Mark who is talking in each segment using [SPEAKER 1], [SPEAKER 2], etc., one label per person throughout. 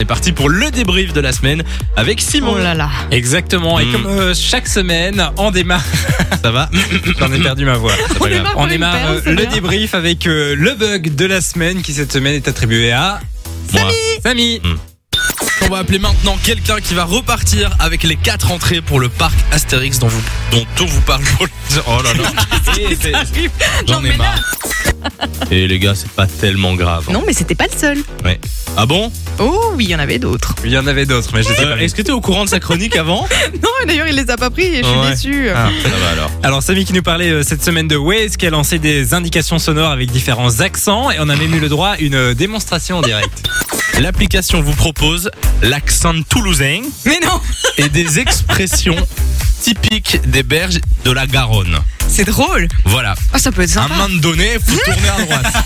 [SPEAKER 1] C'est parti pour le débrief de la semaine avec Simon.
[SPEAKER 2] Oh là là.
[SPEAKER 3] Exactement.
[SPEAKER 1] Mm.
[SPEAKER 3] Et comme euh, chaque semaine, on démarre.
[SPEAKER 1] Ça va
[SPEAKER 3] J'en ai perdu ma voix.
[SPEAKER 1] C'est pas grave.
[SPEAKER 2] démarre
[SPEAKER 3] On
[SPEAKER 2] par une
[SPEAKER 3] démarre
[SPEAKER 2] perle,
[SPEAKER 3] euh,
[SPEAKER 2] c'est
[SPEAKER 3] le
[SPEAKER 2] bien.
[SPEAKER 3] débrief avec euh, le bug de la semaine qui cette semaine est attribué à
[SPEAKER 1] Moi,
[SPEAKER 3] Samy.
[SPEAKER 1] on va appeler maintenant quelqu'un qui va repartir avec les quatre entrées pour le parc Astérix dont vous dont on vous parle. Oh là là. Et c'est- J'en
[SPEAKER 2] Non,
[SPEAKER 1] ai
[SPEAKER 2] mais
[SPEAKER 1] marre. Et les gars, c'est pas tellement grave. hein.
[SPEAKER 2] Non, mais c'était pas le seul.
[SPEAKER 1] Ah bon
[SPEAKER 2] Oh oui, il y en avait d'autres.
[SPEAKER 3] Il y en avait d'autres, mais je les ai
[SPEAKER 1] Euh,
[SPEAKER 3] pas
[SPEAKER 1] Est-ce
[SPEAKER 3] lus.
[SPEAKER 1] que t'es au courant de sa chronique avant
[SPEAKER 2] Non, et d'ailleurs, il les a pas pris et je suis
[SPEAKER 1] Ouais.
[SPEAKER 2] déçue.
[SPEAKER 3] Ah.
[SPEAKER 1] Ça va alors.
[SPEAKER 3] Alors Samy qui nous parlait euh, cette semaine de Waze, qui a lancé des indications sonores avec différents accents, et on a même eu le droit à une euh, démonstration en direct.
[SPEAKER 1] L'application vous propose l'accent toulousain
[SPEAKER 2] Mais non,
[SPEAKER 1] et des expressions typiques des berges de la Garonne.
[SPEAKER 2] c'est drôle.
[SPEAKER 1] Voilà.
[SPEAKER 2] Ah, ça peut être
[SPEAKER 1] À un
[SPEAKER 2] sympa.
[SPEAKER 1] moment donné,
[SPEAKER 2] Hein
[SPEAKER 1] faut tourner à droite.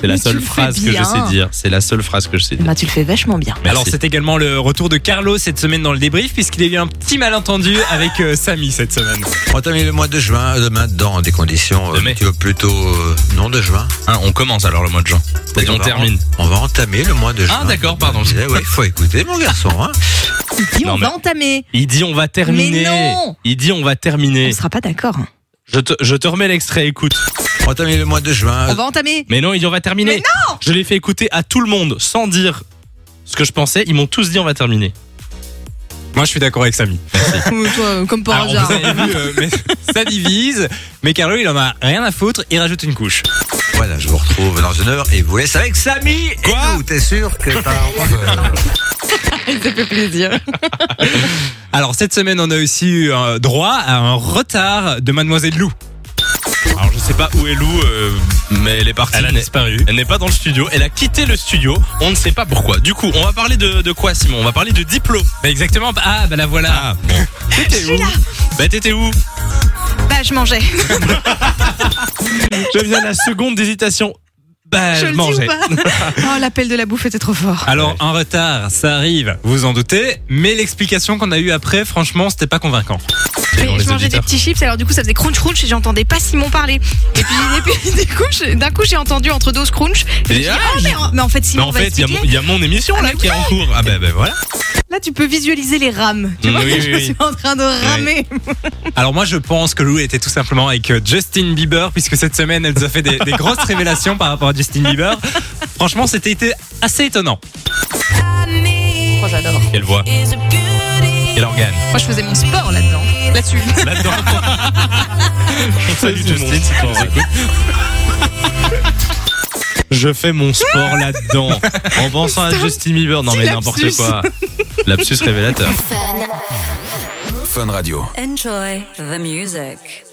[SPEAKER 1] C'est la
[SPEAKER 2] Mais
[SPEAKER 1] seule
[SPEAKER 2] tu le
[SPEAKER 1] phrase
[SPEAKER 2] fais
[SPEAKER 1] que je
[SPEAKER 2] bien.
[SPEAKER 1] sais dire. C'est la seule phrase que je sais dire.
[SPEAKER 2] Bah, tu le fais vachement bien.
[SPEAKER 1] Merci.
[SPEAKER 3] Alors c'est également le retour de Carlo cette semaine dans le débrief, puisqu'il y a eu un petit malentendu avec euh, Samy cette semaine.
[SPEAKER 4] On termine le mois de juin euh, demain dans des conditions
[SPEAKER 1] De
[SPEAKER 4] euh,
[SPEAKER 1] mai.
[SPEAKER 4] tu veux plutôt euh, non de juin.
[SPEAKER 1] Hein, on commence alors le mois de juin.
[SPEAKER 4] Oui,
[SPEAKER 1] C'est-à-dire on
[SPEAKER 4] va
[SPEAKER 1] termine.
[SPEAKER 4] en- On va entamer le mois de juin.
[SPEAKER 1] Ah, d'accord, pardon.
[SPEAKER 4] Eh ouais, faut écouter mon garçon. Hein.
[SPEAKER 2] Dis,
[SPEAKER 1] Non,
[SPEAKER 2] on
[SPEAKER 1] mais-
[SPEAKER 2] va entamer.
[SPEAKER 1] Il dit on va terminer.
[SPEAKER 2] Mais non
[SPEAKER 1] Il dit on va
[SPEAKER 2] On
[SPEAKER 1] terminer.
[SPEAKER 2] sera pas d'accord. hein.
[SPEAKER 1] Je te, je te remets l'extrait, écoute.
[SPEAKER 4] On termine le mois de juin.
[SPEAKER 2] On va entamer.
[SPEAKER 1] Mais non, il dit on va terminer.
[SPEAKER 2] Mais
[SPEAKER 1] non Je l'ai fait écouter à tout le monde sans dire ce que je pensais. Ils m'ont tous dit on va terminer.
[SPEAKER 3] Moi je suis d'accord avec Samy.
[SPEAKER 2] Ou toi, euh, comme
[SPEAKER 1] Ah,
[SPEAKER 2] par
[SPEAKER 3] Alors,
[SPEAKER 2] hasard.
[SPEAKER 3] Ah, vous avez vu, euh, mais ça divise, mais Carlo, il en a rien à foutre, il rajoute une couche.
[SPEAKER 4] Voilà, je vous retrouve dans une heure et vous laisse avec Samy.
[SPEAKER 3] Quoi
[SPEAKER 4] et nous, t'es sûr que t'as. euh,
[SPEAKER 2] Ça fait plaisir.
[SPEAKER 3] Alors, cette semaine, on a aussi eu euh, droit à un retard de Mademoiselle Lou.
[SPEAKER 1] Alors je sais pas où est Lou, euh, mais elle est partie. Elle n'est-
[SPEAKER 3] disparu.
[SPEAKER 1] elle n'est pas dans le studio, elle a quitté le studio, on ne sait pas pourquoi. Du coup, on va parler de, de quoi Simon On va parler de diplôme.
[SPEAKER 3] Bah, exactement, bah, ah, bah la voilà.
[SPEAKER 1] Ah bon.
[SPEAKER 2] Je suis là.
[SPEAKER 1] Bah t'étais où
[SPEAKER 2] Bah, je mangeais.
[SPEAKER 1] Je viens la seconde d'hésitation. Bah,
[SPEAKER 2] je
[SPEAKER 1] je,
[SPEAKER 2] le dis
[SPEAKER 1] mangeais. Ah,
[SPEAKER 2] ou pas Oh, l'appel de la bouffe était trop fort.
[SPEAKER 3] Alors, un retard, ça arrive, vous en doutez, mais l'explication qu'on a eue après, franchement, c'était pas convaincant.
[SPEAKER 1] C'est bon,
[SPEAKER 2] Mais
[SPEAKER 1] les
[SPEAKER 2] je mangeais
[SPEAKER 1] auditeurs.
[SPEAKER 2] des petits chips, alors du coup ça faisait crunch crunch et j'entendais pas Simon parler. Et puis, et puis, du coup, je- d'un coup j'ai entendu entre doses crunch. Et
[SPEAKER 1] Et
[SPEAKER 2] j'ai dit,
[SPEAKER 1] ah,
[SPEAKER 2] Ah, mais, en, mais en fait
[SPEAKER 1] Mais
[SPEAKER 2] Simon
[SPEAKER 1] en
[SPEAKER 2] va
[SPEAKER 1] fait, il y a
[SPEAKER 2] expliquer.
[SPEAKER 1] mon- il y, a mon émission
[SPEAKER 2] Ah,
[SPEAKER 1] là
[SPEAKER 2] mais
[SPEAKER 1] qui est en cours. Ah bah, bah, voilà.
[SPEAKER 2] Là, tu peux visualiser les rames. Tu
[SPEAKER 1] Mm,
[SPEAKER 2] vois,
[SPEAKER 1] oui,
[SPEAKER 2] que
[SPEAKER 1] oui,
[SPEAKER 2] je
[SPEAKER 1] oui.
[SPEAKER 2] suis en train de ramer.
[SPEAKER 3] Alors, moi, je pense que Lou était tout simplement avec euh, Justin Bieber, puisque cette semaine, elle nous a fait des, des grosses révélations par rapport à Justin Bieber. Franchement, c'était c'était assez étonnant.
[SPEAKER 2] Oh, j'adore.
[SPEAKER 1] Quelle voix. Quel organe.
[SPEAKER 2] Moi, je faisais mon sport là-dedans. Là-dessus.
[SPEAKER 1] Là-dedans. Salut Justine, si tu nous écoutes. Je fais mon sport là-dedans en pensant à Justin Bieber. Non mais n'importe
[SPEAKER 2] lapsus.
[SPEAKER 1] quoi. Lapsus révélateur.
[SPEAKER 4] Fun Radio.
[SPEAKER 5] Enjoy the music.